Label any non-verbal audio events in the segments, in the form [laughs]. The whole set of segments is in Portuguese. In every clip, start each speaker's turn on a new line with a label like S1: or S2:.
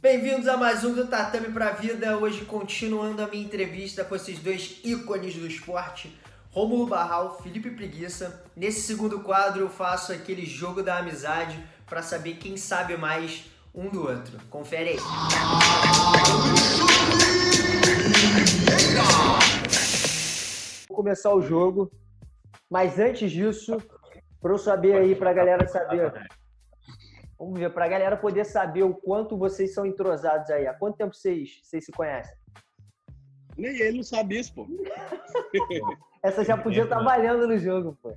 S1: Bem-vindos a mais um do Tatame pra Vida. Hoje, continuando a minha entrevista com esses dois ícones do esporte, Rômulo Barral, Felipe Preguiça. Nesse segundo quadro, eu faço aquele jogo da amizade para saber quem sabe mais um do outro. Confere aí. Vou começar o jogo, mas antes disso, para eu saber aí, pra galera saber Vamos ver, para a galera poder saber o quanto vocês são entrosados aí. Há quanto tempo vocês, vocês se conhecem?
S2: Nem ele não sabia isso, pô.
S1: Essa já podia estar
S3: Tempo, né?
S1: valendo no jogo, pô.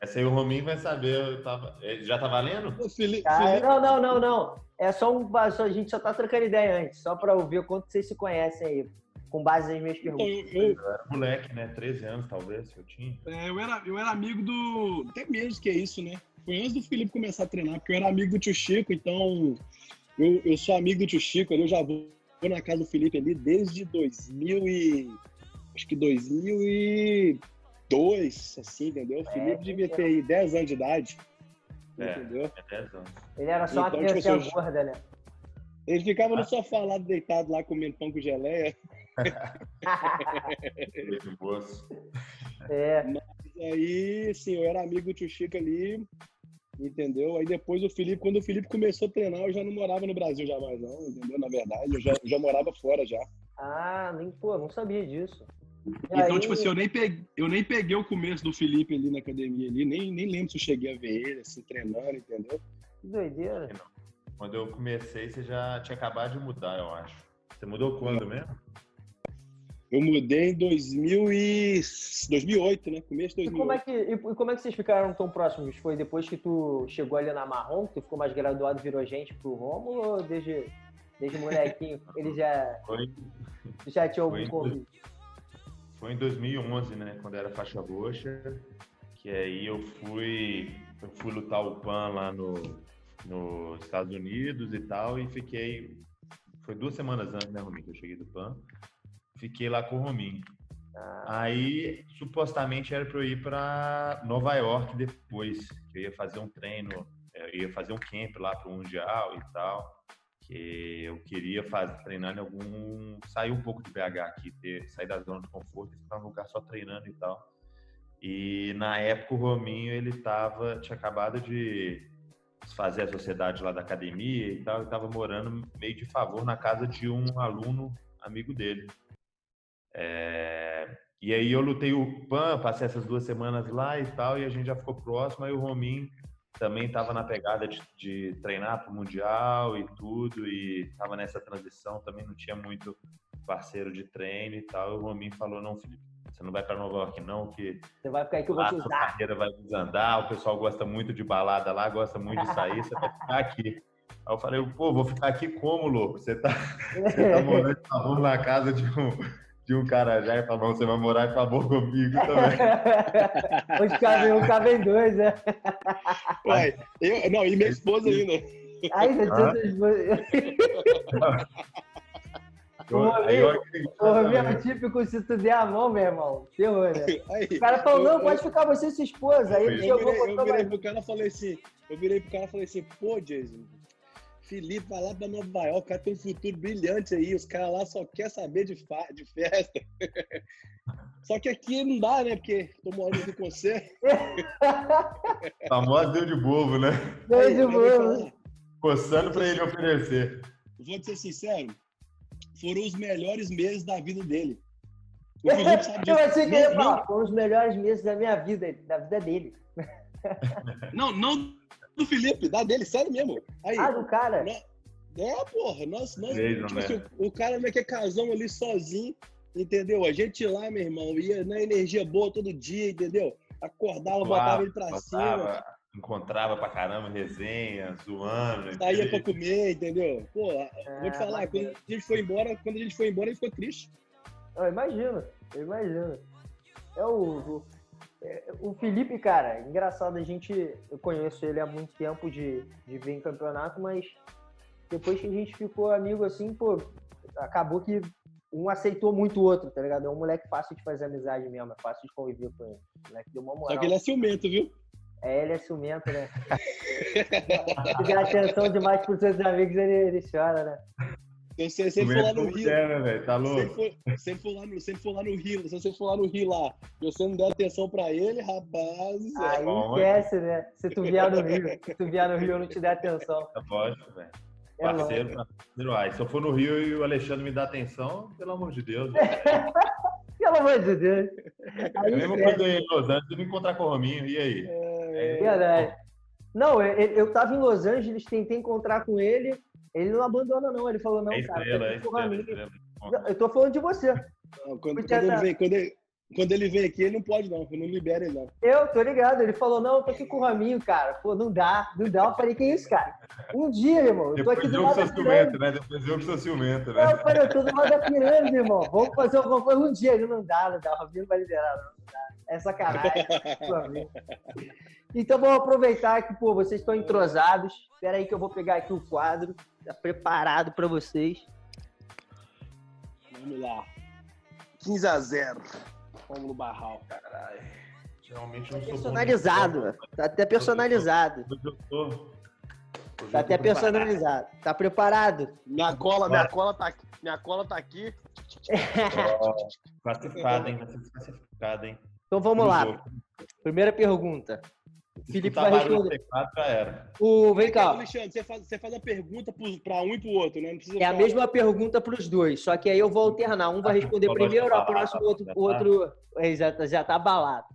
S3: Essa aí o Rominho vai saber. eu tava- ele já tá valendo?
S2: O Felipe,
S1: Ah,
S2: Felipe-
S1: não, não, não, não. É só um. Só, a gente só tá trocando ideia antes, só para ouvir o quanto vocês se conhecem aí. Com base nas minhas
S2: Então,
S1: perguntas.
S2: eu,
S3: Era moleque, né? 13 anos, talvez, que eu tinha.
S2: eu- é, eu era, eu era amigo do. Até menos que é isso, né? Foi antes do Felipe começar a treinar, porque eu era amigo do tio Chico, então. Eu, eu sou amigo do tio Chico, ali eu já vou na casa do Felipe ali desde 2000 e. Acho que 2002, assim, entendeu? O Felipe devia ter aí 10 anos de idade.
S3: É.
S2: Entendeu?
S3: É 10 anos.
S1: Ele era só uma
S2: Então, tipo,
S1: criança
S2: se eu-
S1: gorda, né?
S2: Ele ficava no sofá lá, deitado lá, comendo pão com geleia.
S3: Teve o moço.
S1: É.
S2: E aí, assim, eu era amigo do tio Chico ali, entendeu? Aí depois o Felipe, quando o Felipe começou a treinar, eu já não morava no Brasil já mais não, entendeu? Na verdade, eu já, já morava fora já.
S1: Ah, nem, pô, não sabia disso. E
S2: Então,
S1: aí-
S2: tipo assim, eu nem, peguei, eu nem peguei o começo do Felipe ali na academia ali, nem, nem lembro se eu cheguei a ver ele, assim, treinando, entendeu?
S1: Que doideira.
S3: Quando eu comecei, você já tinha acabado de mudar, eu acho. Você mudou quando mesmo?
S2: Eu mudei em 2000 e... 2008, né? Começo de
S1: E como, é
S2: 2008.
S1: que, e, e como é que vocês ficaram tão próximos? Foi depois que tu chegou ali na Marrom, que tu ficou mais graduado, virou gente pro Romulo, ou desde, desde
S2: [laughs]
S1: molequinho ele já,
S3: Foi,
S1: já tinha algum
S3: Foi-
S1: convite?
S3: foi em 2011, né? Quando era faixa roxa. Que aí eu fui, eu fui lutar o PAN lá no, nos Estados Unidos e tal. E fiquei. Foi duas semanas antes, né, Rominho, que eu cheguei do PAN. Fiquei lá com o Rominho. Aí, supostamente, era para eu ir para Nova York depois. que Eu ia fazer um treino, eh, eu ia fazer um camp lá para o Mundial e tal. Que eu queria fazer, treinar em algum. sair um pouco de BH aqui, ter, sair da zona de conforto e ficar num lugar só treinando e tal. E na época o Rominho, ele tava, tinha acabado de fazer a sociedade lá da academia e tal, e tava morando meio de favor na casa de um aluno amigo dele. É, E aí eu lutei o PAN, passei essas duas semanas lá e tal, e a gente já ficou próximo, aí o Rominho também tava na pegada de, de treinar pro Mundial e tudo, e tava nessa transição, também não tinha muito parceiro de treino e tal, e o Rominho falou, não, Felipe, você não vai para Nova York não, que
S1: Você vai ficar aí que eu vou
S3: lá,
S1: te
S3: sua
S1: usar.
S3: carreira vai desandar, o pessoal gosta muito de balada lá, gosta muito de sair, você vai ficar aqui. Aí eu falei, pô, vou ficar aqui como, louco? Você tá,
S1: né?
S3: você
S1: É.
S3: tá
S1: [laughs]
S3: morando em favor na casa de um, de um cara já e falou, você vai morar em favor comigo
S1: [laughs]
S3: também.
S1: Onde cabem um, cabem dois, né? é
S2: Ué, eu, não, e minha esposa ainda.
S1: Aí você
S3: Ah. Eu, aí eu
S2: Tá
S3: acredito, né?
S1: O Romero é
S3: também.
S1: típico, se tu der a mão, meu irmão, terror, né?
S2: Aí,
S1: O cara falou,
S2: eu-
S1: não, pode ficar você e sua esposa. Aí
S3: Eu
S1: ele
S2: Eu
S1: jogou,
S2: virei, eu
S1: botou
S2: virei
S1: mais...
S2: pro cara e falei assim, eu virei pro cara e falei assim, pô, Jason, Felipe vai lá pra Nova York, o cara tem um futuro brilhante aí, os caras lá só querem saber de, fa- de festa. [laughs] só que aqui não dá, né? Porque tô morando aqui com você.
S3: famoso deu de bobo, né?
S1: [laughs] Dois de
S2: Eu vou te
S1: boa.
S2: falar,
S3: Coçando pra ele oferecer.
S2: Vou te ser sincero, foram os melhores meses da vida dele. O Felipe sabe
S1: [laughs] Eu
S2: disso.
S1: achei que ele ia
S2: Não-
S1: falar, foram os melhores meses da minha vida, da vida dele.
S2: Não, não do Felipe, da dele, sério mesmo. Aí,
S1: Ah, do cara.
S2: É, porra, nós, nós
S3: Jason,
S2: tipo
S3: né?
S2: assim, o, o cara meio que é casão ali sozinho, entendeu? A gente lá, meu irmão, ia na energia boa todo dia, entendeu? Acordava, botava ele pra cima,
S3: Passava, encontrava pra caramba, resenha, zoando.
S2: saía
S3: e-
S2: pra comer, entendeu? Pô, vou
S1: É,
S2: te
S1: Ah,
S2: falar, quando a gente foi embora, quando a gente foi embora, ele ficou triste.
S1: Eu imagino, eu imagino. É o, o, é, o Felipe, cara, engraçado, a gente. Eu conheço ele há muito tempo de, de ver em campeonato, mas depois que a gente ficou amigo assim, pô, acabou que um aceitou muito o outro, tá ligado? É um moleque fácil de fazer amizade mesmo, é fácil de conviver com ele. O moleque deu uma
S2: Só
S1: moral.
S2: que ele é ciumento, viu?
S1: É, ele é ciumento, né? Fica atenção demais pros seus amigos, ele, ele chora, né?
S2: Eu sei, sempre for lá no Rio.
S3: É, né, velho? Tá
S2: Sempre
S3: louco?
S2: for, sempre for lá no, sempre for lá no Rio, se você for lá no Rio lá, e você não der atenção pra ele, rapaz,
S1: Aí
S3: bom,
S1: esquece, né? Se tu vier no Rio, se tu vier no Rio, eu não te der atenção.
S3: Tá lógico, velho.
S1: É lógico.
S3: Parceiro, parceiro. Ai, se eu for no Rio e o Alexandre me dá atenção, pelo amor de Deus. velho. É
S1: Pelo amor de Deus. Aí
S3: Mesmo
S1: esquece.
S3: quando eu ia em Los Angeles, eu me encontrar com o Rominho, e aí?
S2: é,
S1: Verdade. Não, eu, eu- eu tava em Los Angeles, tentei encontrar com ele. Ele não abandona, não. Ele falou, não,
S3: É
S1: cara,
S3: estrela,
S1: tem
S3: é
S1: que procurar
S3: estrela, é
S1: mim.
S3: estrela.
S1: Não, Eu tô falando de você.
S2: não, quando,
S1: Porque
S2: quando ele
S1: essa-
S2: vem, quando, ele, quando ele vem aqui, ele não pode não, não libera ele não.
S1: Eu, tô ligado. Ele falou, não, eu tô aqui com o Raminho, cara. Pô, não dá, não dá. Eu falei, que isso, cara? Um dia, irmão. Eu tô aqui
S3: Depois
S1: do
S3: eu que
S1: lado
S3: sou
S1: da pirâmide.
S3: ciumento, né? Depois eu que sou ciumento, né?
S1: Não, eu falei, eu tô do lado da pirâmide, irmão. Vamos fazer alguma coisa um dia. Ele não dá, não dá. O Raminho não vai liderar, não. não dá. É sacanagem. com o Raminho. então, vamos aproveitar que, pô, vocês estão entrosados. Espera aí que eu vou pegar aqui o quadro. Tá preparado pra vocês.
S2: Vamos lá. 15 a 0. Vamos no Barral.
S3: Geralmente eu não sou bom nisso,
S1: Tá Personalizado. Tá até personalizado.
S3: mas eu tô- hoje eu tô
S1: Tá até
S3: preparado.
S1: personalizado. Tá preparado?
S2: Minha cola,
S3: Bora.
S2: minha cola tá aqui. Minha cola tá aqui.
S3: Ó, Classificado, hein? Vai ser classificado, hein?
S1: Então vamos lá. Primeira pergunta. Felipe vai responder.
S3: já era.
S1: O, vem
S2: Ô,
S1: cá.
S2: Alexandre, você faz, você faz a pergunta pros- pra um e pro outro, né? Não precisa
S1: É a
S2: falar.
S1: mesma pergunta para os dois, só que aí eu vou alternar. Um vai responder
S3: Falou,
S1: primeiro,
S3: já
S1: a
S3: tá
S1: próxima o outro.
S3: já tá.
S1: o outro é, já, tá- já tá abalado.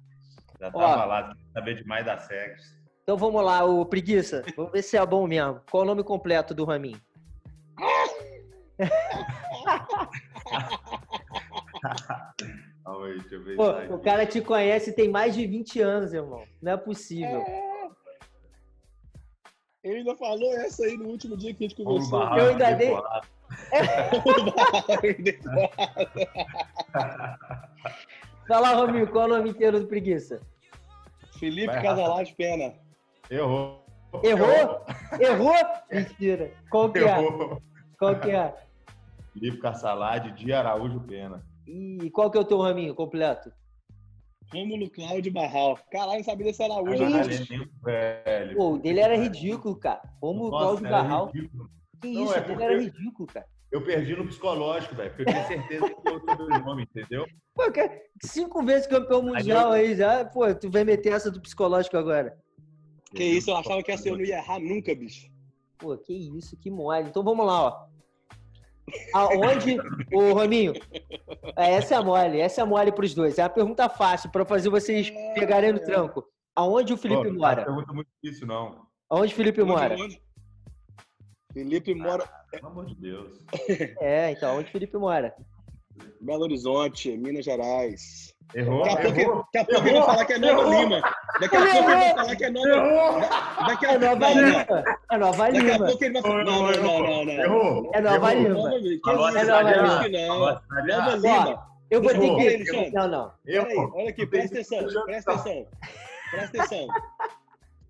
S3: Já tá
S1: Ó.
S3: abalado. Quer saber demais das cegas.
S1: Então vamos lá, o Preguiça. Vamos ver se é bom mesmo. Qual o nome completo do Ramin?
S3: Calma aí, deixa eu ver.
S1: Pô,
S3: isso aí.
S1: o cara te conhece tem mais de 20 anos, irmão. Não é possível.
S2: Ele ainda falou essa aí no último dia que a gente
S3: Vamos
S2: conversou.
S3: barrar,
S1: é eu ainda
S3: vamos
S1: dei-
S3: barrar.
S1: Vai lá, Ramin, qual é o nome inteiro do Preguiça?
S2: [laughs] Felipe
S3: Vai,
S2: Casalás Pena.
S3: Errou.
S1: Errou? Errou? Mentira. Qual que é?
S3: Errou.
S1: Qual que é?
S3: Felipe Cassalade, de Araújo Pena.
S1: E qual que é o teu Raminho completo?
S2: Rômulo Cláudio Barral. Caralho, não sabia desse Araújo.
S3: Agora
S2: Não,
S3: ele é nem velho.
S1: Pô, o dele era ridículo, cara. Como o
S3: Nossa,
S1: Cláudio
S3: era
S1: Barral.
S3: ridículo.
S1: Que
S3: né? Não,
S1: isso,
S3: é
S1: o dele
S3: porque-
S1: era ridículo, cara.
S3: Eu perdi no psicológico, velho, porque eu tinha certeza que eu era o nome, entendeu?
S1: Pô, cara, cinco vezes campeão mundial aí já. Pô, tu vai meter essa do psicológico agora.
S2: que isso, eu achava que essa eu não ia errar nunca, bicho.
S1: Pô, que isso, que mole. Então vamos lá, ó. Aonde, ô Rominho, é, essa é a mole, essa é a mole pros dois. É uma pergunta fácil pra fazer vocês pegarem no tranco. Aonde o Felipe
S3: Pô, não é uma
S1: mora?
S3: pergunta muito difícil, não.
S1: Aonde o Felipe
S2: Onde-
S1: mora?
S2: onde? Felipe mora
S3: Pelo amor de Deus.
S1: É, então, aonde o Felipe mora?
S2: em Belo Horizonte, Minas Gerais.
S3: Errou,
S2: Daqui a pouco,
S3: errou.
S2: daqui a pouco ele vai falar que é Nova Lima. Daqui a
S1: Errou.
S2: pouco ele vai falar que é Nova
S3: Errou!
S2: Daqui
S1: É
S2: a
S1: Nova
S2: não, não.
S1: Lima. É Nova
S2: Daqui a
S1: Lima.
S2: pouco ele vai falar. Não, não, não, não. não.
S3: Errou!
S1: É Nova
S3: Errou.
S1: Lima.
S2: Nova Lima. Que
S3: Falou a
S2: isso,
S1: cidade
S2: eu
S3: né?
S1: errada.
S2: acho que não.
S3: Falou a cidade
S2: Nova
S3: errada.
S2: Lima.
S1: Eu vou ter
S2: Errou.
S1: que.
S2: Alexandre.
S1: Não, não.
S2: Peraí,
S3: Errou.
S2: olha aqui, presta atenção,
S3: um
S2: presta atenção. Presta atenção.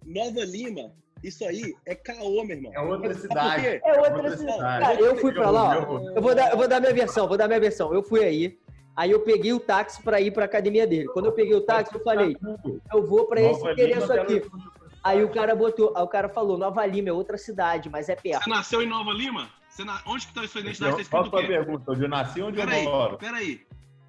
S2: Nova Lima, isso aí é caô, meu irmão.
S3: É outra
S2: Sabe por
S3: cidade.
S2: quê?
S1: É outra cidade. Cara, eu fui pra lá, ó.
S3: Errou.
S1: Eu vou dar, eu vou dar minha versão, vou dar minha versão. Eu fui aí, aí eu peguei o táxi pra ir pra academia dele. Quando eu peguei o táxi, Tá, eu falei,
S3: Tá
S1: eu vou pra esse
S3: Nova
S1: endereço
S3: Lima,
S1: aqui.
S3: Belo Horizonte.
S1: Aí o cara botou, aí o cara falou, Nova Lima é outra cidade, mas é perto.
S4: Você nasceu em Nova Lima? Você na- Onde que tá a sua identidade? Tá
S3: Então,
S4: escrito
S3: Qual
S4: o
S3: foi a
S4: quê?
S3: pergunta? Onde eu nasci ou onde eu
S4: Peraí,
S3: moro?
S4: peraí.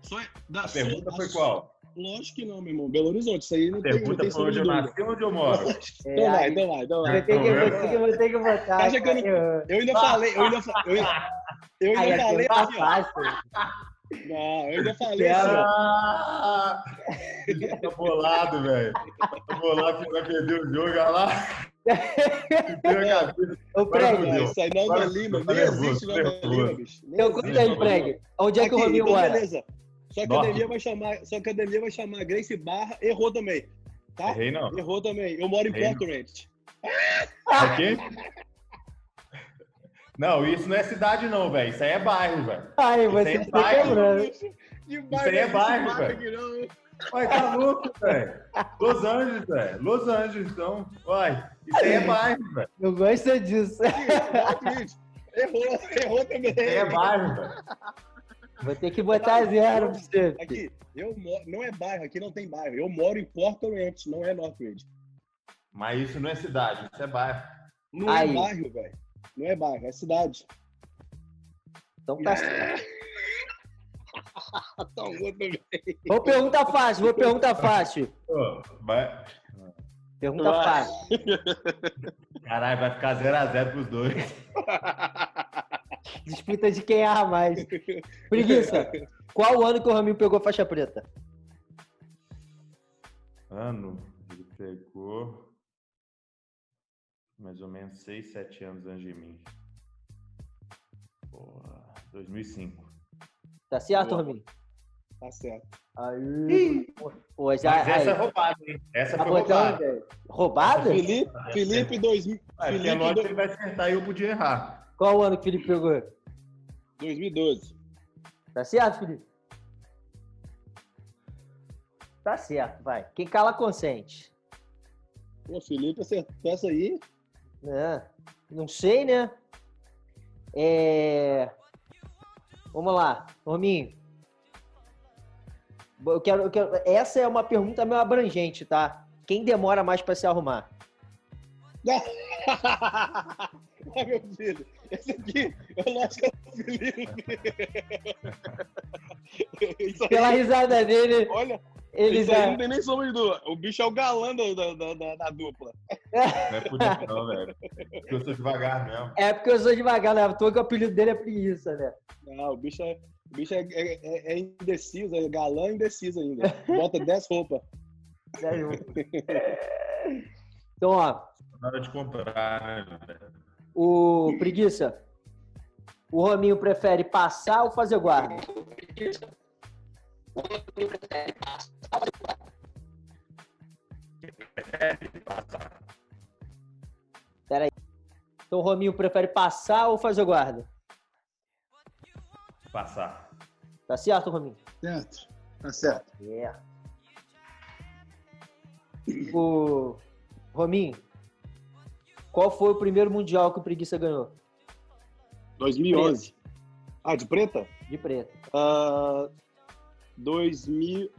S4: Só... é- Da...
S3: A pergunta foi qual?
S2: Lógico que não, meu irmão. Belo Horizonte, isso aí
S3: A
S2: não tem, não
S3: pergunta foi
S2: tem sombra
S3: onde
S2: de
S3: eu
S2: dúvida.
S3: nasci ou onde eu
S1: É,
S3: moro?
S2: Então vai,
S1: aí-
S2: então vai, então Tá
S1: eu
S2: vai.
S1: tenho que, eu
S3: Então,
S1: vou ter que, eu vou ter que botar.
S2: Acha que eu não-
S1: cara.
S2: Eu ainda falei, eu ainda, fa- eu, ainda- eu
S1: Aí
S2: ainda
S1: aqui
S2: falei
S1: é mais
S2: assim, ó.
S1: fácil.
S2: Não, eu ainda falei assim, ó.
S3: Ah! Ele tá bolado, velho. Tá bolado que vai perder o jogo, olha lá. Perdeu a cabeça.
S1: Ô, Preg,
S3: Agora
S2: Não, isso aí Nova
S3: Agora
S2: Lima,
S3: tá
S2: nem
S3: nervoso,
S2: existe Nova Lima,
S3: nervoso.
S2: bicho. Nem
S1: eu
S2: existe
S1: conta aí,
S2: Nova Lima.
S1: Preg. Onde é que o
S2: Aqui,
S1: Raminho
S2: então
S1: mora?
S2: beleza. Sua
S3: Norte.
S2: academia vai chamar, sua academia vai chamar Grace Barra, errou também, tá?
S3: Errei, não.
S2: Errou também. Eu moro em
S3: Errei,
S2: Porto Ranch.
S3: É o quê? Não, isso não é cidade, não, velho. Isso aí é bairro, velho.
S1: Ai,
S3: Isso aí
S1: você
S3: é
S1: tá
S3: bairro.
S1: quebrando.
S2: De bairro,
S3: aí é
S2: não
S3: bairro,
S2: se mata aqui, não, hein?
S3: Uai, tá louco, velho. Los Angeles, velho. Los Angeles, então. Uai, isso aí é bairro, velho.
S1: Eu gosto disso.
S2: Errou, errou também.
S3: Isso aí é bairro, velho.
S1: Vou ter que botar zero pra você.
S2: Aqui, eu moro, não é bairro, aqui não tem bairro. Eu moro em Porto Oriente, não é North Ridge.
S3: Mas isso não é cidade, isso é bairro.
S2: Não
S1: Aí.
S2: é bairro, velho. Não é bairro, é [laughs] cidade.
S1: Então tá certo.
S2: Tá um outro também.
S1: Vou pergunta fácil, vou pergunta fácil.
S3: Ô, vai-
S1: Pergunta
S2: Vai.
S1: fácil.
S3: Caralho, vai ficar 0x0 pros dois.
S1: Disputa de quem erra mais. Preguiça. Qual o ano que o Ramil pegou faixa preta?
S3: Ano, ele pegou mais ou menos 6, 7 anos antes de mim. Porra, 2005.
S1: Tá certo,
S2: Boa.
S1: Ramil?
S2: Tá certo.
S1: Aí. Pô, já,
S3: Mas essa é
S1: aí.
S3: roubada, hein? Essa
S1: Tá
S3: foi
S1: botando,
S3: roubada.
S1: velho. Roubada?
S2: Felipe, Felipe 2000.
S3: É, porque é
S2: Felipe
S3: lógico que
S2: do-
S3: ele vai acertar e eu podia errar.
S1: Qual o ano que o Felipe pegou?
S2: 2012.
S1: Tá certo, Felipe? Tá certo, vai. Quem cala consente.
S2: Pô, Felipe acertou essa aí. [laughs]
S1: É, Não sei, né? É... Vamos lá, Rominho. Bo- Eu quero, eu quero... Essa é uma pergunta meio abrangente, tá? Quem demora mais pra se arrumar?
S2: Ah, meu filho. Esse aqui, eu não acho que é o Felipe. [laughs] Isso aí,
S1: Pela é. risada dele,
S2: olha,
S1: ele
S2: isso aí
S1: já.
S2: não tem nem sombra de dúvida. O bicho é o galã da, da- da- da- da dupla.
S3: Não é por
S2: [laughs]
S3: isso, não, velho. Porque eu sou devagar mesmo.
S1: É porque eu sou devagar, né? À toa que o apelido dele é preguiça, né?
S2: Não, o bicho é, o bicho é, é- é- é indeciso, é galã
S1: [laughs]
S2: indeciso ainda. Bota 10 roupas.
S1: Tá junto. Então, ó,
S3: Na hora de comprar, né, velho?
S1: o Preguiça. O Rominho prefere passar ou fazer guarda? Peraí. Então o Rominho prefere passar ou fazer guarda?
S3: Passar.
S1: Tá certo, Rominho?
S2: Certo, tá certo.
S1: É. O Rominho, qual foi o primeiro mundial que o Preguiça ganhou?
S2: 2011. Ah, de preta?
S1: De preto.
S2: Ah, 2000,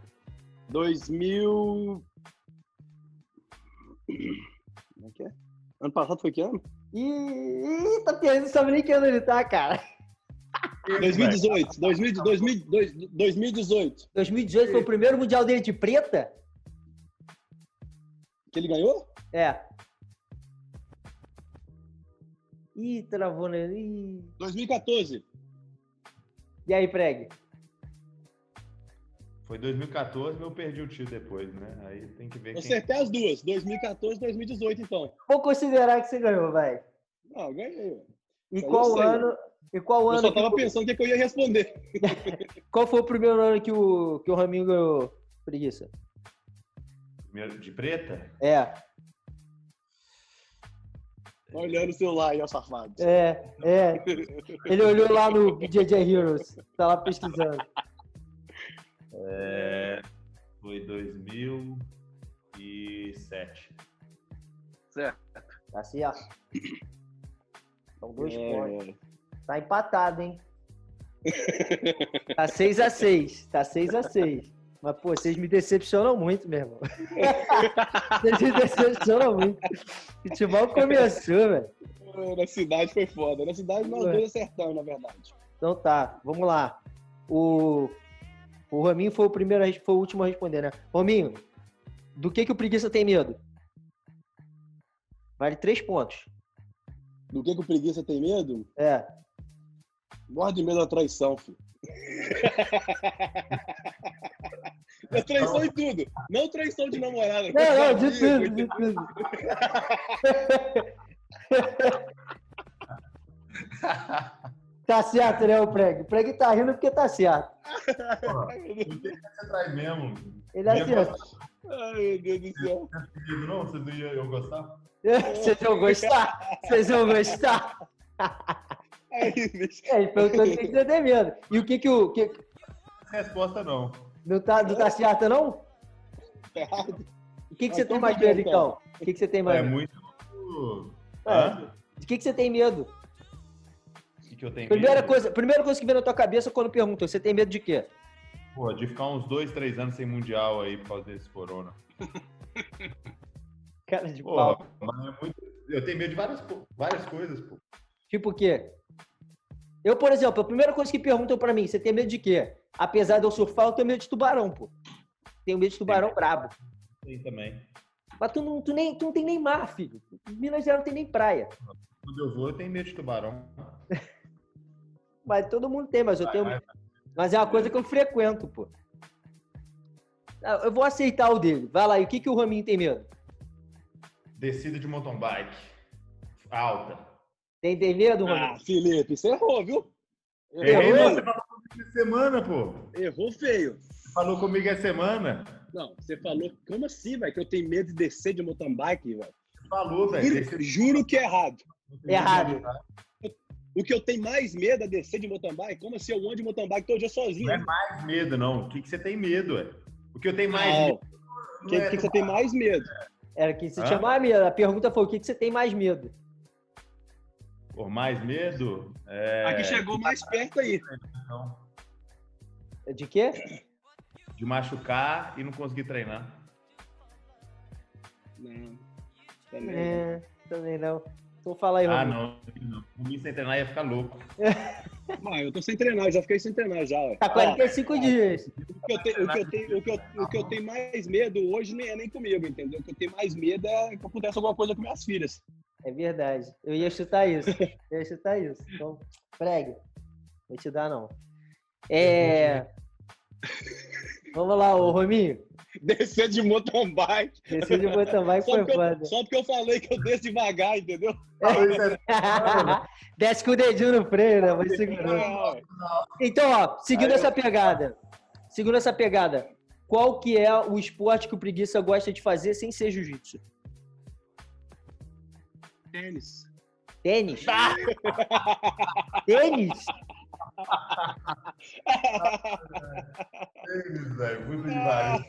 S2: 2000. Como é que é? Ano passado foi que ano?
S1: Ih, tá perdendo, sabe nem que ano ele tá, cara.
S2: 2018. 2000, 2000, 2018.
S1: 2018 foi o primeiro mundial dele de preta?
S2: Que ele ganhou?
S1: É. Ih, travou, né? Ih.
S2: 2014.
S1: E aí, Preg?
S3: Foi 2014, mas eu perdi o tiro depois, né? Aí tem que ver
S2: Eu
S3: quem...
S2: acertei as duas. 2014 e 2018, então.
S1: Vou considerar que você ganhou, vai.
S2: Não, eu ganhei. velho.
S1: E
S2: Eu
S1: qual
S2: não sei,
S1: ano? E qual
S2: Eu
S1: Um ano?
S2: só tava
S1: que-
S2: pensando o que, que eu ia responder.
S1: Qual foi o primeiro ano que o, que o Raminho ganhou? Preguiça.
S3: Primeiro de preta?
S1: É,
S2: Olhando o celular aí, ó, safado.
S1: é, é. Ele olhou lá no DJ Heroes. Tá lá pesquisando.
S3: É... Foi 2007.
S1: Tá certo. São dois pontos.
S2: É,
S1: Tá empatado, hein? Tá 6x6. Tá 6x6. Mas, pô, vocês me decepcionam muito, meu irmão. vocês me decepcionam muito. Futebol começou, velho.
S2: É, na cidade foi foda. Na cidade nós
S1: Ué.
S2: dois acertamos, na verdade.
S1: Então tá, vamos lá. O, o Rominho foi o primeiro, a res- foi o último a responder, né? Rominho, do que, que o preguiça tem medo? Vale três pontos.
S2: Do que, que o preguiça tem medo?
S1: É.
S2: Morre de medo da traição, filho. [laughs] É traição em tudo. Não traição de namorada.
S1: Não, não, de tudo,
S2: Amigo,
S1: de tudo. [laughs] Tá certo, né, o Preg? O Preg tá rindo porque tá certo. [laughs]
S3: Você traz mesmo. é
S1: Ele é assim, acertou.
S2: Ai, meu Deus do céu.
S3: Não, vocês não iam iam gostar?
S1: Vocês vão gostar? Vocês vão gostar?
S2: Ai, bicho.
S1: É, Ele perguntou o que que você tem medo. E o que que o... Que...
S3: Resposta não.
S1: Não, tá, não tá certo, não?
S2: Tá errado.
S1: O que que
S2: Ah,
S1: você
S2: então
S1: tem mais
S2: tá bom,
S1: medo, então? O que que você tem mais
S3: É
S1: medo?
S3: muito...
S1: É.
S3: Hã?
S1: O que que você tem medo?
S3: O que, que eu tenho
S1: Primeira
S3: medo?
S1: coisa, primeira coisa que vem na tua cabeça quando perguntam, você tem medo de quê?
S3: Pô, de ficar uns dois, três anos sem mundial aí por causa desse corona.
S1: Cara de
S3: Porra,
S1: pau.
S3: mas é muito- Eu tenho medo de várias, co- várias coisas, pô.
S1: Tipo o quê? Eu, por exemplo, a primeira coisa que perguntam pra mim, você tem medo de quê? Apesar de eu surfar, eu tenho medo de tubarão, pô. Tenho medo de tubarão brabo.
S3: Tem também.
S1: Mas tu não, tu nem, tu não tem nem mar, filho. Minas Gerais não tem nem praia.
S3: Quando eu vou, eu tenho medo de tubarão.
S1: Mas todo mundo tem, mas eu
S3: Vai,
S1: tenho.
S3: vai,
S1: Mas é uma coisa que eu frequento, pô. Ah, Eu vou aceitar o dele. Vai lá, e o que, que o Raminho tem medo?
S3: Descida de mountain bike. Alta.
S1: Tem, tem medo, Raminho?
S2: Ah, Felipe, você errou, viu?
S3: Errei,
S1: errou?
S3: mas você falou comigo essa semana, pô.
S2: Errou feio.
S3: Falou comigo essa semana.
S2: Não, você falou, como assim, velho? Que eu tenho medo de descer de mountain bike, velho.
S3: Falou, velho.
S2: Juro, juro que é errado.
S1: Errado.
S2: O que eu tenho mais medo é descer de mountain bike. Como assim eu ando de mountain bike todo dia sozinho?
S3: Não é mais medo, não. O que, que você tem medo, ué? O que eu tenho mais
S2: Não.
S3: medo
S2: É, O
S3: não
S2: que,
S3: é
S2: que você tem mais medo?
S1: Era que se
S3: Hã?
S1: tinha mais medo. A pergunta foi: o que, que você tem mais medo?
S3: Pô, mais medo? É...
S4: Aqui
S2: Chegou
S4: chegou
S2: mais perto aí.
S3: não.
S1: De quê?
S3: De machucar e não conseguir treinar.
S2: Não. Também. não.
S1: É, também não. Então fala aí,
S3: Ah,
S1: Raminho.
S3: não. não. Comigo sem treinar ia ficar louco.
S2: Mas eu tô sem treinar, eu já fiquei sem treinar já, ué.
S1: Tá 45 dias.
S2: O que eu tenho- o que eu tenho- o que eu- o que eu tenho mais medo hoje nem é nem comigo, entendeu? O que eu tenho mais medo é que aconteça alguma coisa com minhas filhas. [laughs]
S1: É verdade. Eu ia chutar isso. Eu ia chutar isso. Então, pregue. Vou te dar, não. É. Vamos lá, ô Rominho.
S2: Descer de mountain bike.
S1: Desceu de botão, vai
S2: Só
S1: foi
S2: porque,
S1: foda.
S2: eu, só porque eu falei que eu desço devagar, entendeu?
S3: Falou Ah, isso é essa
S1: Desce com o dedinho no freio, né? Vai
S2: Ah,
S1: segurando.
S2: Não, ué.
S1: Então, ó, seguindo
S3: Aí eu-
S1: essa pegada. Seguindo essa pegada. Qual que é o esporte que o preguiça gosta de fazer sem ser jiu-jitsu?
S4: tênis.
S1: Tênis?
S2: [laughs]
S1: Tênis?
S3: vez, velho. Muito
S2: É.
S3: devagar.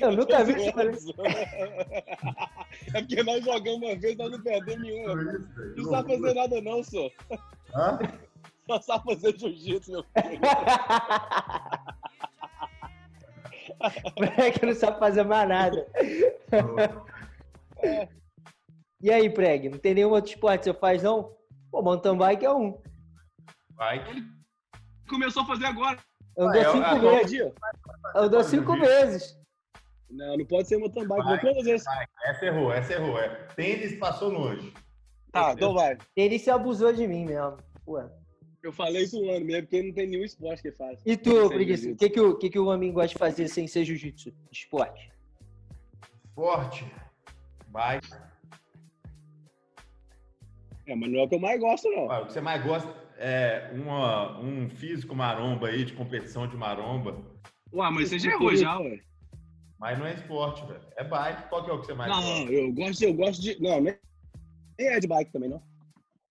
S1: Eu nunca vi isso. falei.
S2: [laughs] É porque nós jogamos uma vez, nós não perdemos nenhuma. [laughs] Não sabe fazer nada, não, só.
S3: Hã?
S2: Só sabe fazer jiu-jitsu, meu
S1: Preg não sabe fazer mais nada. E aí, Preg? Não tem nenhum outro esporte que você faz, não? Pô, mountain bike é um.
S3: Vai.
S4: Começou a fazer agora.
S1: Andou
S3: Ah,
S2: é
S3: eu-
S1: cinco
S3: ah,
S2: filho.
S1: vezes.
S2: dia.
S1: Andou cinco vezes.
S2: Não, não pode ser mountain bike.
S3: Vai,
S2: não. Quantas vezes?
S3: Essa errou, essa errou. É. Tênis passou longe.
S2: Tá, então vai.
S1: Ele se abusou de mim mesmo. Ué.
S2: Eu falei isso um ano mesmo, porque não tem nenhum esporte que faz.
S1: E
S2: Sem
S1: tu, preguiça? O
S2: jiu-jitsu.
S1: que, que, o- que, que o homem gosta de fazer sem ser jiu-jitsu? de Esporte.
S3: Forte. Vai.
S2: É, mas não é o que eu mais gosto, não.
S3: Ó, O que você mais gosta é uma, um físico maromba aí, de competição de maromba.
S4: Ué, mas você já errou já.
S2: ué.
S3: Mas não é esporte, velho. É bike. Qual que é o que você mais
S2: Não,
S3: gosta?
S2: não, eu gosto, eu gosto de. Não, nem nem é de bike também, não.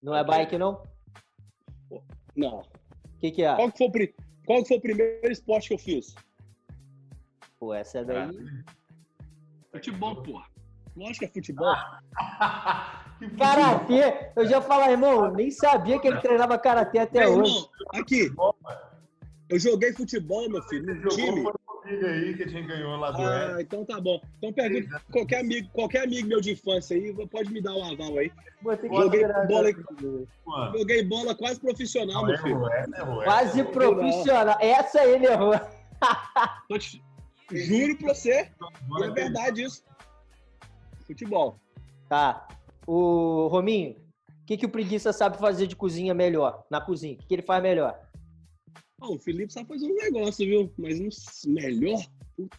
S1: Não é bike, não?
S2: Não.
S1: O que, que é?
S2: Qual que foi o, pri- qual que foi o primeiro esporte que eu fiz?
S1: Pô, essa daí.
S2: Ah.
S4: Futebol, porra.
S2: Lógico que é futebol.
S3: Que futebol.
S1: Karatê! Eu já falo, irmão, nem sabia que ele treinava karatê até
S2: Meu
S1: hoje.
S2: irmão, aqui. Eu joguei futebol, meu filho,
S3: Você
S2: no time.
S3: jogou foi comigo aí que a gente ganhou lá do
S2: Ah, então tá bom. Então pergunta qualquer amigo, qualquer amigo meu de infância aí, pode me dar um aval aí.
S1: Vou ter que
S2: Joguei
S1: tirar-
S2: bola
S3: mano.
S2: Joguei bola quase profissional,
S3: Não, é,
S2: meu filho.
S3: errou, essa errou. essa
S1: Quase
S3: errou.
S1: profissional. Essa ele errou.
S4: Tô te-
S2: Juro pra você, e é verdade isso. Futebol.
S1: Tá. O Rominho, o que, que o preguiça sabe fazer de cozinha melhor? Na cozinha, o que, que ele faz melhor?
S2: Ó, o Felipe sabe fazer um negócio, viu? Mas não s- melhor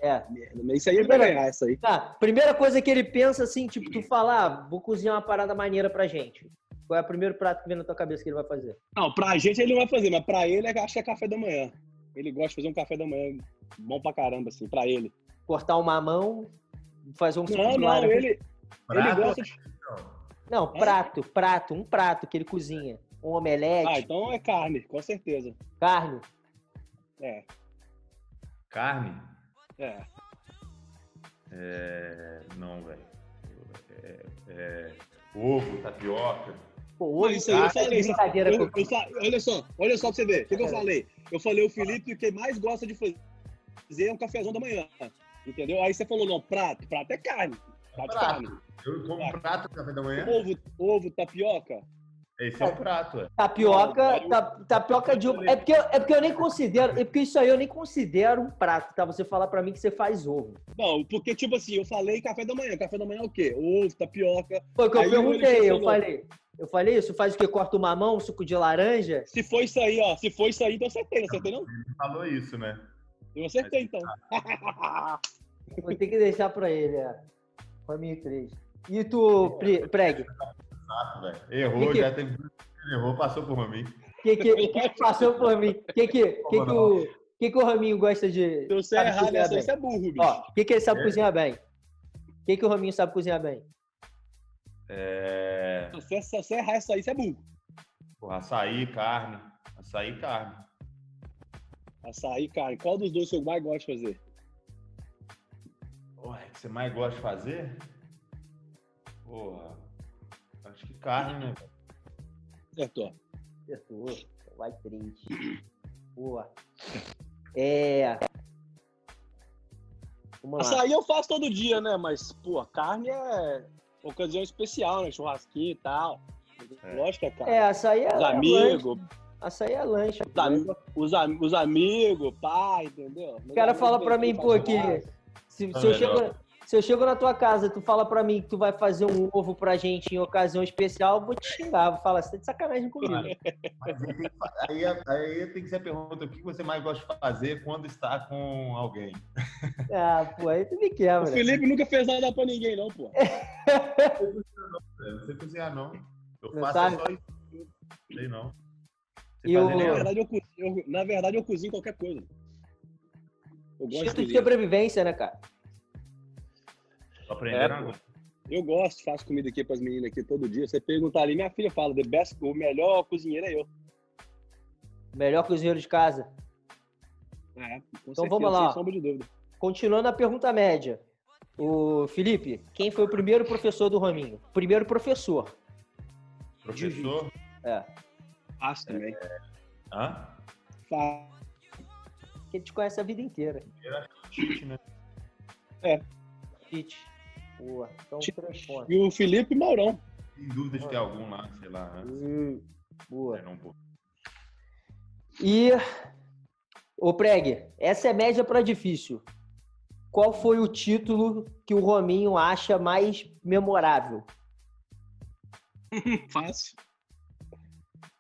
S1: É.
S2: merda. Mas isso aí é pra ganhar, isso aí.
S1: Tá, primeira coisa que ele pensa assim, tipo, tu falar, ah, vou cozinhar uma parada maneira pra gente. Qual é o primeiro prato que vem na tua cabeça que ele vai fazer?
S2: Não, pra gente ele não vai fazer, mas pra ele acho que é café da manhã. Ele gosta de fazer um café da manhã bom pra caramba, assim, pra ele.
S1: Cortar uma mão, fazer um
S2: Não, não,
S1: laranja?
S2: ele, ele
S3: Prato,
S2: gosta de.
S1: Não,
S2: É?
S1: prato, prato, um prato que ele cozinha. Um
S2: Ah,
S1: omelete,
S2: então é carne, com certeza.
S1: carne.
S2: É,
S3: Carne?
S2: é.
S3: É, Não, velho. É, é, Ovo, tapioca.
S1: Pô,
S2: Pô,
S1: hoje
S2: isso aí eu falei. isso-
S1: brincadeira
S2: eu-
S1: com-
S2: eu fa- olha só, olha só pra você ver. O que, que eu falei? Eu falei o Felipe, o que mais gosta de fazer é um cafezão da manhã. Entendeu? Aí você falou, não, prato. Prato é carne. Prato é
S3: prato.
S2: carne.
S3: Eu como
S2: É.
S3: um prato no café da manhã.
S2: Ovo, ovo, tapioca.
S3: Esse é o prato, é.
S2: Não,
S1: Tapioca,
S2: eu-
S1: ta- tapioca de ovo. É porque, eu- é porque eu nem considero, é porque isso aí eu nem considero um prato, tá? Você falar pra mim que você faz ovo.
S2: Não, porque, tipo assim, eu falei café da manhã. Café da manhã é o quê? Ovo, tapioca.
S1: Foi o que eu
S2: Aí ele
S1: perguntei,
S2: chegou-
S1: eu falei. Eu falei isso, faz o quê? Corta o mamão, suco de laranja?
S2: Se for isso aí, ó. Se for isso aí, então acertei. Não acertei, não?
S3: Ele falou isso, né?
S2: Eu acertei, então.
S1: Vou ter que deixar pra ele, é. Foi meio triste. E tu,
S3: É.
S1: Pri- Preg,
S3: Prato, Ah, velho. Errou,
S1: Que que-
S3: já teve. Ele errou, passou por mim.
S1: que que, que que passou por mim? Que que, que, que, o, que que o Raminho gosta de...
S2: Se você
S1: sabe
S2: errar
S1: cozinhar
S2: nessa aí,
S1: bem?
S2: você é burro, bicho.
S1: Ó, o que que ele sabe
S3: É.
S1: cozinhar bem? O que que o Raminho sabe cozinhar bem?
S3: É.
S2: Se você, se você errar essa aí, você é burro.
S3: Porra, açaí, carne. Açaí e carne.
S2: Açaí, cara. Qual dos dois que eu mais gosto de fazer?
S3: Porra, é que você mais gosta de fazer? Porra. Acho que
S1: [laughs]
S3: carne, né? velho?
S2: Acertou.
S1: Acertou. Vai triste. Boa. É. Vamos lá.
S2: Açaí eu faço todo dia, né? Mas, pô, carne é ocasião especial, né? Churrasquinho e tal.
S3: É.
S2: Lógico que é carne.
S1: É, açaí é
S2: os
S1: lanche.
S2: amigos,
S1: Açaí é lanche.
S2: os, am- os, am- os amigos, pai, entendeu?
S1: O cara fala pra mim, pô, que se, se eu
S3: É Melhor.
S1: chego, se eu chego na tua casa, tu fala pra mim que tu vai fazer um ovo pra gente em ocasião especial, eu vou te xingar, vou falar, você tá de sacanagem comigo.
S3: Mas aí tem que fa- aí, é, aí tem que ser a pergunta: o que você mais gosta de fazer quando está com alguém?
S1: Ah, pô, aí tu me
S2: O
S1: quebra.
S2: Felipe nunca fez nada pra ninguém, não, pô.
S1: É.
S3: Eu É, não sei cozinhar, não. Eu
S1: Não
S3: faço
S1: sabe?
S3: só isso. Não sei, não. Você
S1: E o-
S2: Na
S3: fazer nem-
S2: verdade, eu, co- eu- na verdade, eu cozinho qualquer coisa. Eu gosto de
S1: Instinto de
S2: cozinhar.
S1: sobrevivência, né, cara?
S3: Tô aprendendo
S2: É, pô.
S3: agora.
S2: Eu gosto, faço comida aqui pras meninas aqui todo dia. Você perguntar ali, minha filha fala, the best, o melhor cozinheiro é eu.
S1: Melhor cozinheiro de casa.
S2: É, com
S1: Então vamos lá.
S2: Sem sombra de dúvida.
S1: Continuando a pergunta média. O Felipe, quem foi o primeiro professor do Rominho? Primeiro professor.
S3: Professor?
S1: É.
S4: Faço também.
S3: Hã?
S2: Fa-
S1: Que te conhece a vida inteira.
S3: Chute, né?
S1: Tite. Boa. Então,
S2: Tite.
S1: três pontos.
S2: E o Felipe Mourão.
S3: Sem dúvida de ter algum lá, sei lá. né?
S1: Hum, Boa.
S3: Era um pouco.
S1: E. Ô, Preg, essa é média pra difícil. Qual foi o título que o Rominho acha mais memorável?
S4: Faço.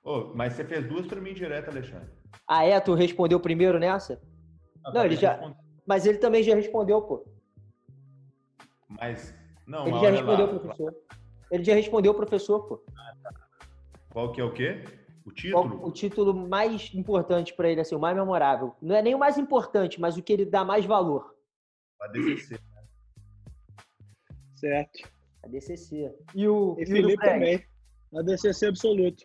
S3: Ô, mas você fez duas pra mim direto, Alexandre.
S1: Ah, é? Tu respondeu primeiro nessa?
S3: Ah,
S1: Não, ele já- Mas ele também já respondeu, pô.
S3: Mas, não,
S1: Ele
S3: mas
S1: já
S3: olha
S1: respondeu
S3: lá.
S1: o professor. Ele já respondeu o professor, pô.
S3: Qual que é o quê? O
S1: Qual
S3: título?
S1: o título mais importante pra ele, assim, o mais memorável? Não é nem o mais importante, mas o que ele dá mais valor.
S3: A DCC.
S2: Certo.
S1: A DCC. E o,
S2: E
S1: e o do
S2: Felipe
S1: Preg?
S2: também. A DCC absoluto.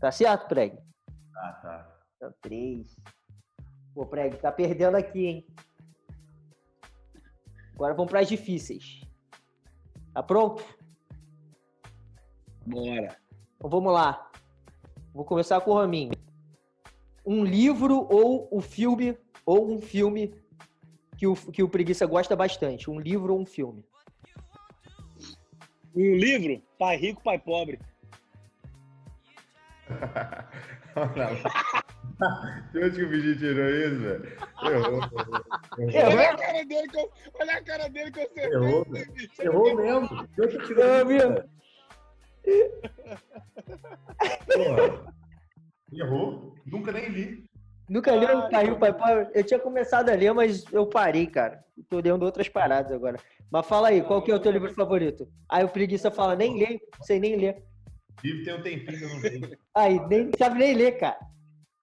S1: Tá certo, Preg?
S3: Ah, tá. [laughs]
S1: Então, três. Pô, Preg, tá perdendo aqui, hein? Agora vamos pras difíceis. Tá pronto?
S2: Bora.
S1: Então vamos lá. Vou começar com o Raminho. Um livro ou o filme, ou um filme que o, que o Preguiça gosta bastante. Um livro ou um filme.
S2: Um livro, Pai Rico, Pai Pobre.
S3: Olha lá. De onde que o bicho tirou isso, velho? Errou,
S1: Errou.
S3: errou.
S2: Olha a cara dele que eu, olha a cara dele que eu acertei.
S3: Errou,
S2: bicho.
S3: Errou mesmo. De onde que tirou
S1: É
S3: isso,
S1: mesmo.
S3: velho? Porra. Errou. Nunca nem li.
S1: Nunca leu o Pai Rico, Pai Pobre? Eu tinha começado a ler, mas eu parei, cara. Tô lendo outras paradas agora. Mas fala aí, qual que é o teu livro favorito? Aí o Preguiça fala, nem leio, sei nem ler.
S3: Livro tem um tempinho que eu não vejo.
S1: Aí, nem sabe nem ler, cara.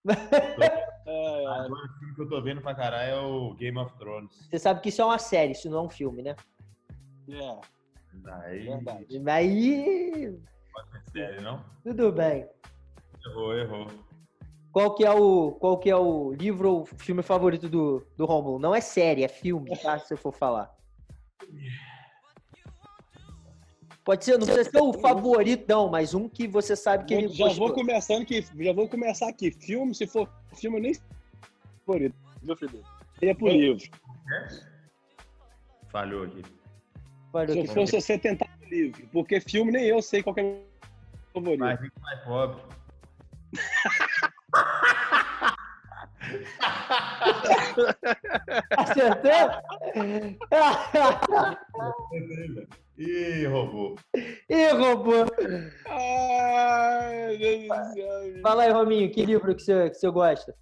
S2: Ai, ai.
S3: Agora o filme que eu tô vendo pra caralho é o Game of Thrones.
S1: Você sabe que isso é uma série, isso não é um filme, né?
S2: É,
S3: Aí, é
S2: verdade.
S1: Aí,
S3: sério, não?
S1: tudo bem.
S3: Errou, errou.
S1: Qual que é o, qual que é o livro ou filme favorito do, do Rômulo? Não é série, é filme, tá? Se eu for falar. Pode ser, não precisa ser o favorito, não, mas um que você sabe que ele
S2: já vou
S1: gostou.
S2: começando que já vou começar aqui. Filme, se for filme, eu nem favorito. Meu Felipe. Seria por livro.
S3: Falhou aqui.
S1: Valeu,
S2: Se eu
S1: que-
S2: fosse você tentar por livro, porque filme nem eu sei qual que é o meu favorito.
S3: Mais rico, mais pobre.
S1: Acertou?
S3: Ih, roubou.
S1: [laughs] Ih, roubou.
S2: Ai, meu Deus do céu. gente.
S1: Fala aí, Rominho, que livro que você, que você gosta?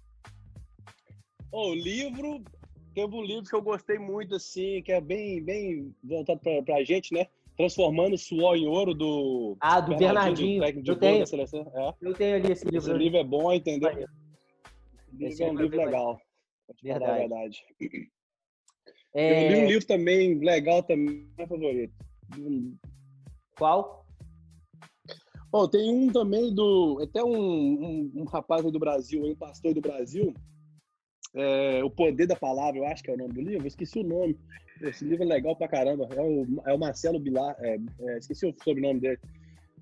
S2: Ô, livro, teve um livro que eu gostei muito, assim, que é bem, bem voltado pra, pra gente, né? Transformando o suor em ouro do
S1: Ah, do Bernardinho.
S2: técnico de
S1: Eu
S2: gol
S1: tenho,
S2: da seleção. É.
S1: eu tenho ali esse
S2: Esse
S1: livro.
S2: livro é bom, entendeu?
S1: Maneiro. Esse
S2: Esse é um
S1: livro é
S2: livro
S1: bem
S2: legal. pra te falar a
S1: Verdade.
S2: verdade. Eu
S1: É,
S2: li um livro também legal, também, meu favorito. Hum.
S1: Qual?
S2: Ó, tem um também do. Até um, um, um rapaz aí do Brasil, aí, um pastor do Brasil. é, o Poder da Palavra, eu acho que é o nome do livro, eu esqueci o nome. Esse livro é legal pra caramba. É o, é o Marcelo Bilar, é, é, esqueci o sobrenome dele.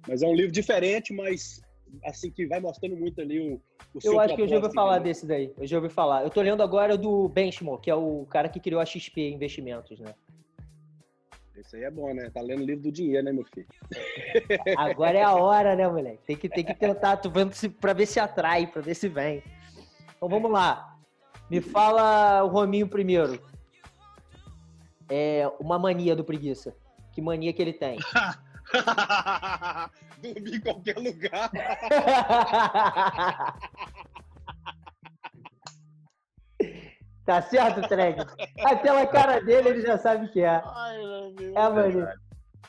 S2: Mas é um livro diferente, mas assim que vai mostrando muito ali o, o
S1: Eu
S2: seu
S1: acho que eu já ouvi
S2: propósito, né?
S1: falar
S2: entendeu?
S1: desse daí. Eu já ouvi falar. Eu tô lendo agora do Benchmore, que é o cara que criou a XP Investimentos, né?
S2: Esse aí é bom, né? Tá lendo o livro do dinheiro, né, meu filho?
S1: Agora é a hora, né, moleque? Tem que, tem que tentar, tu vendo se, pra ver se atrai, pra ver se vem. Então vamos lá. Me fala o Rominho primeiro. É uma mania do preguiça. Que mania que ele tem?
S2: [laughs]
S1: [laughs]
S2: Dormir em qualquer lugar.
S1: tá certo, Treg? Pela cara dele, ele já sabe que é.
S2: [laughs] Ai, meu Deus.
S1: É mania.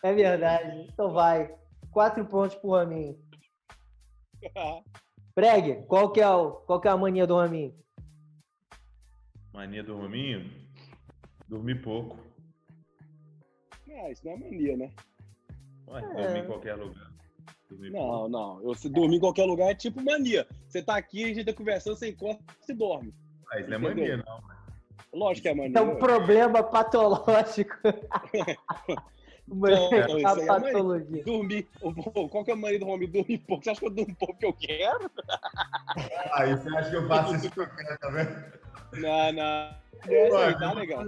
S1: É verdade. Então vai. Quatro pontos pro Rominho.
S2: Ah,
S1: Preg, qual que é, o, qual que é a mania do Rominho?
S3: Mania do Rominho? Dormir pouco.
S2: Ah, isso não é mania, né?
S3: Ué, dormir em qualquer lugar. Dormir pouco.
S2: É. Não, não. Eu, se dormir em qualquer lugar é tipo mania. Você tá aqui, a gente tá conversando, você encosta e dorme.
S3: Ah, isso não é
S2: Entendeu?
S3: mania, não.
S2: Lógico que é mania.
S1: É um problema
S2: [laughs]
S1: patológico. Mano,
S2: Não, isso
S1: a
S2: aí é mania.
S1: patologia.
S2: Dormir. Ô, pô, Qual que é a mania do homem? Dormir pouco. Você acha que eu durmo um pouco que eu quero?
S3: Ah, isso eu acho que eu faço isso com cara, tá vendo?
S2: Não, não. É isso aí, tá legal.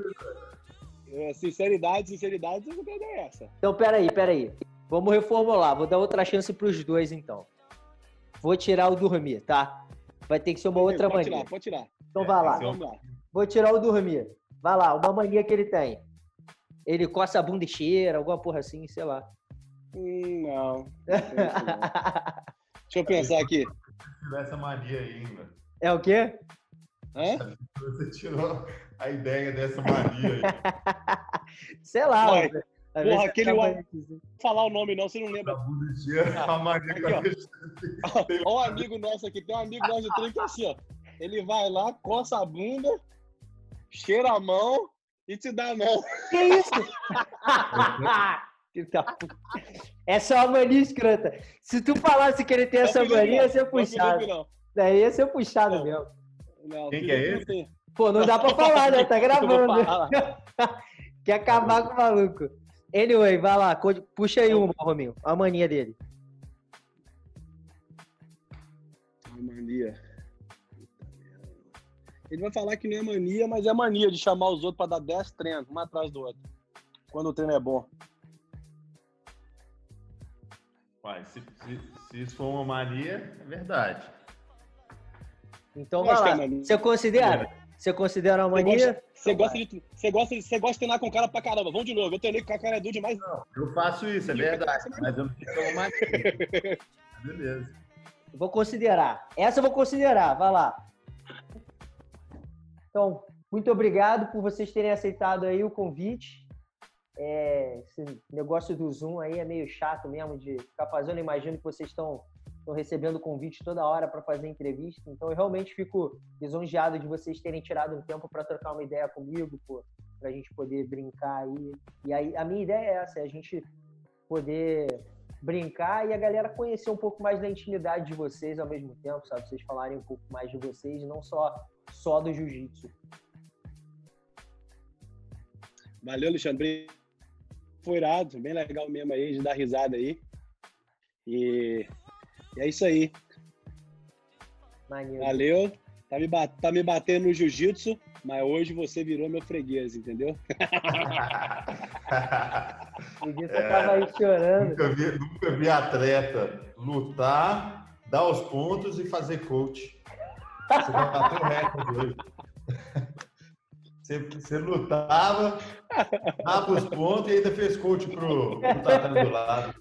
S2: É, Sinceridade, sinceridade, você não perdeu essa.
S1: Então, peraí, peraí. Vamos reformular. Vou dar outra chance pros dois, então. Vou tirar o dormir, tá? Vai ter que ser uma outra
S2: pode
S1: mania.
S2: tirar, pode tirar.
S1: Então vai lá.
S3: Esse é
S2: Vamos lá.
S1: Vou tirar o dormir. Vai lá, uma mania que ele tem. Ele coça a bunda e cheira, alguma porra assim, sei lá.
S2: Hum, não.
S1: [laughs]
S2: não tem isso, não. Deixa eu pensar aqui.
S3: Se tiver essa mania aí, ainda.
S1: É o quê? Tá
S2: Hã?
S3: Você tirou a ideia dessa mania aí.
S2: [laughs]
S1: Sei lá.
S2: Vai.
S1: mano. Às vezes
S2: Porra, aquele
S1: acaba-
S2: Falar o nome não, você não lembra.
S3: da bunda de dia, a mania
S2: Tá.
S3: que
S2: Aqui,
S3: eu
S2: ó. Ó, um amigo nosso aqui, tem um amigo nosso de trem que é assim, ó. Ele vai lá, coça a bunda, cheira a mão e te dá a mão.
S1: Que é isso? [laughs] Filho da puta. Essa é uma mania escrota. Se tu falasse É que ele tem essa
S2: Não, Felipe,
S1: mania, ia
S2: não.
S1: ser
S2: Não, Felipe,
S1: puxado.
S2: Não,
S1: Daí ia ser puxado
S2: Não.
S1: mesmo.
S2: não.
S3: Quem que é
S2: Felipe não tem.
S1: Pô, não [laughs] dá pra falar, né? Tá
S2: Eu vou
S1: gravando. [laughs]
S2: falar.
S1: Quer acabar com o maluco. Anyway, vai lá. co- Puxa aí uma, Rominho. A mania dele.
S2: Ah, mania. Ele vai falar que não é mania, mas é mania de chamar os outros pra dar 10 treinos, um atrás do outro. Quando o treino é bom.
S3: Uai, se, se, se isso for uma mania, é verdade.
S1: Então
S2: Eu
S1: vai
S2: acho que é
S1: lá.
S2: mania.
S1: Você considera? Você considera uma
S2: Você
S1: mania?
S2: gosta, você, gosta de, você, gosta de, você gosta de treinar com o cara pra caramba. Vamos de novo. Eu treinei com o cara duro demais.
S3: Eu faço isso, é verdade, mas eu não sei se é uma mania.
S2: [laughs]
S3: Beleza.
S1: Eu Vou considerar. Essa eu vou considerar. Vai lá. Então, muito obrigado por vocês terem aceitado aí o convite. É, esse negócio do Zoom aí é meio chato mesmo de ficar fazendo. Eu Imagino que vocês estão estão recebendo convite toda hora para fazer entrevista. Então, eu realmente fico lisonjeado de vocês terem tirado um tempo para trocar uma ideia comigo, para a gente poder brincar aí. E aí, a minha ideia é essa: é a gente poder brincar e a galera conhecer um pouco mais da intimidade de vocês ao mesmo tempo, sabe? Vocês falarem um pouco mais de vocês, não só só do jiu-jitsu.
S2: Valeu, Alexandre. Foi irado, bem legal mesmo aí, de dar risada aí. E, e é isso aí.
S1: Maneiro.
S2: Valeu. Tá me, ba- tá me batendo no jiu-jitsu, mas hoje você virou meu freguês, entendeu?
S1: O dia
S3: É.
S1: você tava aí chorando. [laughs]
S3: nunca, vi, nunca vi atleta lutar, dar os pontos e fazer coach. Você vai bater o recorde hoje. Você, você lutava, dava os pontos e ainda fez coach pro, pro tatame do lado.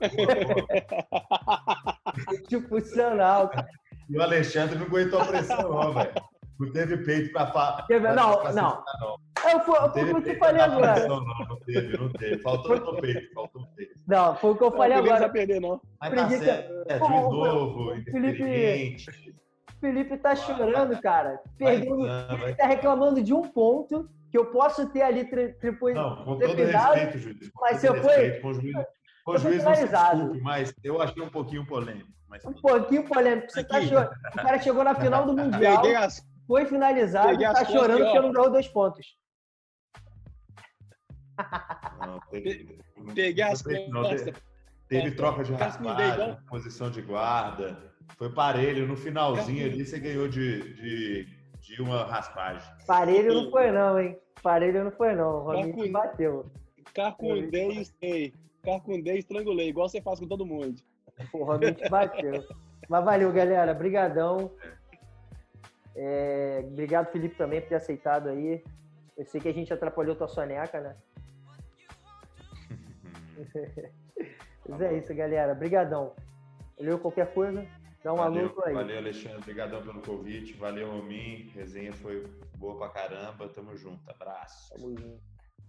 S1: Tipo, funcional. cara.
S3: E o Alexandre não aguentou a pressão, não, velho. Não teve peito pra falar.
S1: Quer ver? Não, não. Eu, fui, foi o que eu falei agora.
S3: Não, não, não teve, não teve. Faltou o peito, faltou o peito.
S1: Não, foi o que eu falei
S2: Não, o Fluminense
S1: agora.
S2: vai perder, não.
S3: Mas tá
S1: Acredita-
S3: certo, é
S1: Ô,
S3: juiz
S1: ô,
S3: novo,
S1: Felipe-
S3: inexperiente.
S1: O Felipe tá chorando, cara. Perdendo.
S3: Vai, vai.
S1: Ele tá reclamando de um ponto que eu posso ter ali tri, tripo-
S3: Não, com todo
S1: Deputado,
S3: respeito, Júlio. com
S1: mas
S3: todo
S1: você foi-
S3: respeito, Com o juiz, com o
S1: Eu fui
S3: juiz não se
S1: finalizado.
S3: desculpe, mas eu achei um pouquinho polêmico. Mas...
S1: um pouquinho polêmico. Você tá
S3: Aqui.
S1: chorando. O cara chegou na final
S3: [laughs]
S1: do Mundial,
S2: Peguei as
S1: foi finalizado e
S2: Peguei
S1: tá
S2: as costas,
S1: chorando
S2: ó.
S1: porque não ganhou dois pontos.
S3: Não, teve, não-
S2: Peguei as
S3: não teve- não,
S2: costas.
S3: teve- Teve troca de
S2: Cascudei,
S3: raspada,
S2: igual.
S3: posição de guarda. Foi parelho. No finalzinho ali, você ganhou de, de, de uma raspagem.
S1: Parelho não foi, não, hein? Parelho não foi, não. O
S2: Mas
S1: Rominho
S2: com-
S1: bateu.
S2: Carcundei e estrei. Carcundei e estrangulei, igual você faz com todo mundo.
S1: O Rominho bateu. Mas valeu, galera. Brigadão. É, Obrigado, Felipe, também, por ter aceitado aí. Eu sei que a gente atrapalhou tua soneca, né? Uhum. Mas é isso, galera. Brigadão. Valeu qualquer coisa. Dá um
S3: valeu,
S1: alô aí.
S3: valeu, Alexandre. Obrigadão pelo convite. Valeu, Amin. Resenha foi boa pra caramba. Tamo junto. Abraço.
S1: Tamo junto.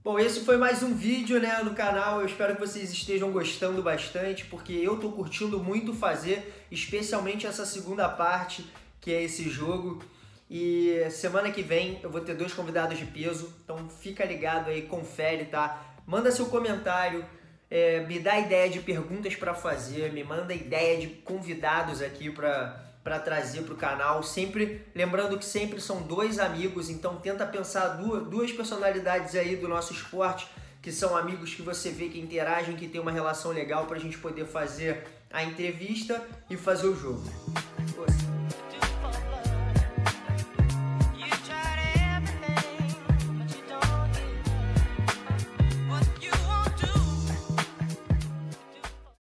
S5: Bom, esse foi mais um vídeo né, no canal. Eu espero que vocês estejam gostando bastante, porque eu tô curtindo muito fazer, especialmente essa segunda parte, que é esse jogo. E semana que vem eu vou ter dois convidados de peso, então fica ligado aí, confere, tá? Manda seu comentário, é, me dá ideia de perguntas pra fazer, me manda ideia de convidados aqui pra para trazer pro canal, sempre lembrando que sempre são dois amigos, então tenta pensar duas, duas personalidades aí do nosso esporte que são amigos que você vê que interagem, que tem uma relação legal pra gente poder fazer a entrevista e fazer o jogo. Pô,